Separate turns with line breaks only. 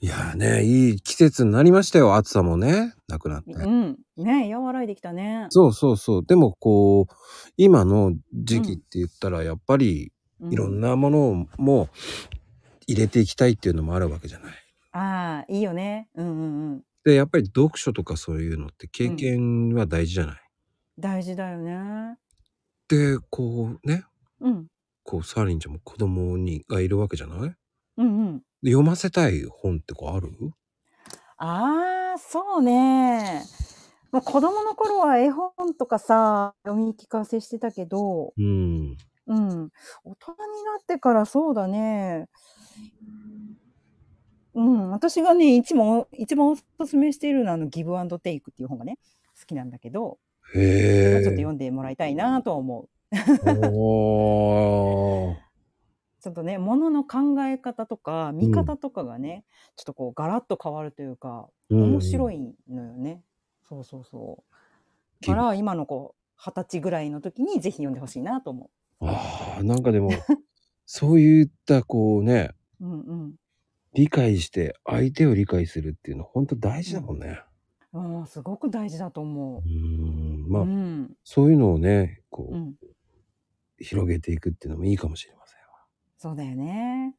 いやーね、いい季節になりましたよ。暑さもね、なくなって。
うん。ね和らいできたね。
そうそうそう。でもこう、今の時期って言ったら、やっぱり
う
いろん。なものをもう入れていきたいっていうのもあるわけじゃない。
ああ、いいよね。うんうんうん。
で、やっぱり読書とかそういうのって経験は大事じゃない。
大事だよね。
で、こうね、
うん。
こう、サーリンちゃんも子供にがいるわけじゃない
うんうん。
で読ませたい本ってこうある
ああ、そうね。もう子供の頃は絵本とかさ、読み聞かせしてたけど、
うん。
うん。大人になってからそうだね。うん。私がね、いつも、一番おすすめしているのは、あの、ギブアンドテイクっていう本がね、好きなんだけど、ちょっと
へえ。
読んでもらいたいなとは思う。
おー
ちょっとね、ものの考え方とか、見方とかがね、ちょっとこう、ガラッと変わるというか、面白
い。
いのよね。そうそうそう。
ギ
か
ブ
ら、今の子、二十歳ぐらいの時にぜひ読んでほしいなと思
ああ、なんかで も、そういったこうね、
う。うんうん。
理解して相手を理解するっていうのは本当大事だもんね。
うん、すごく大事だと思
うーん
う。
まあ、
うん。
そういうのをねこう、
うん。
広げていくっていうのもいいかもしれません。
そうだよね。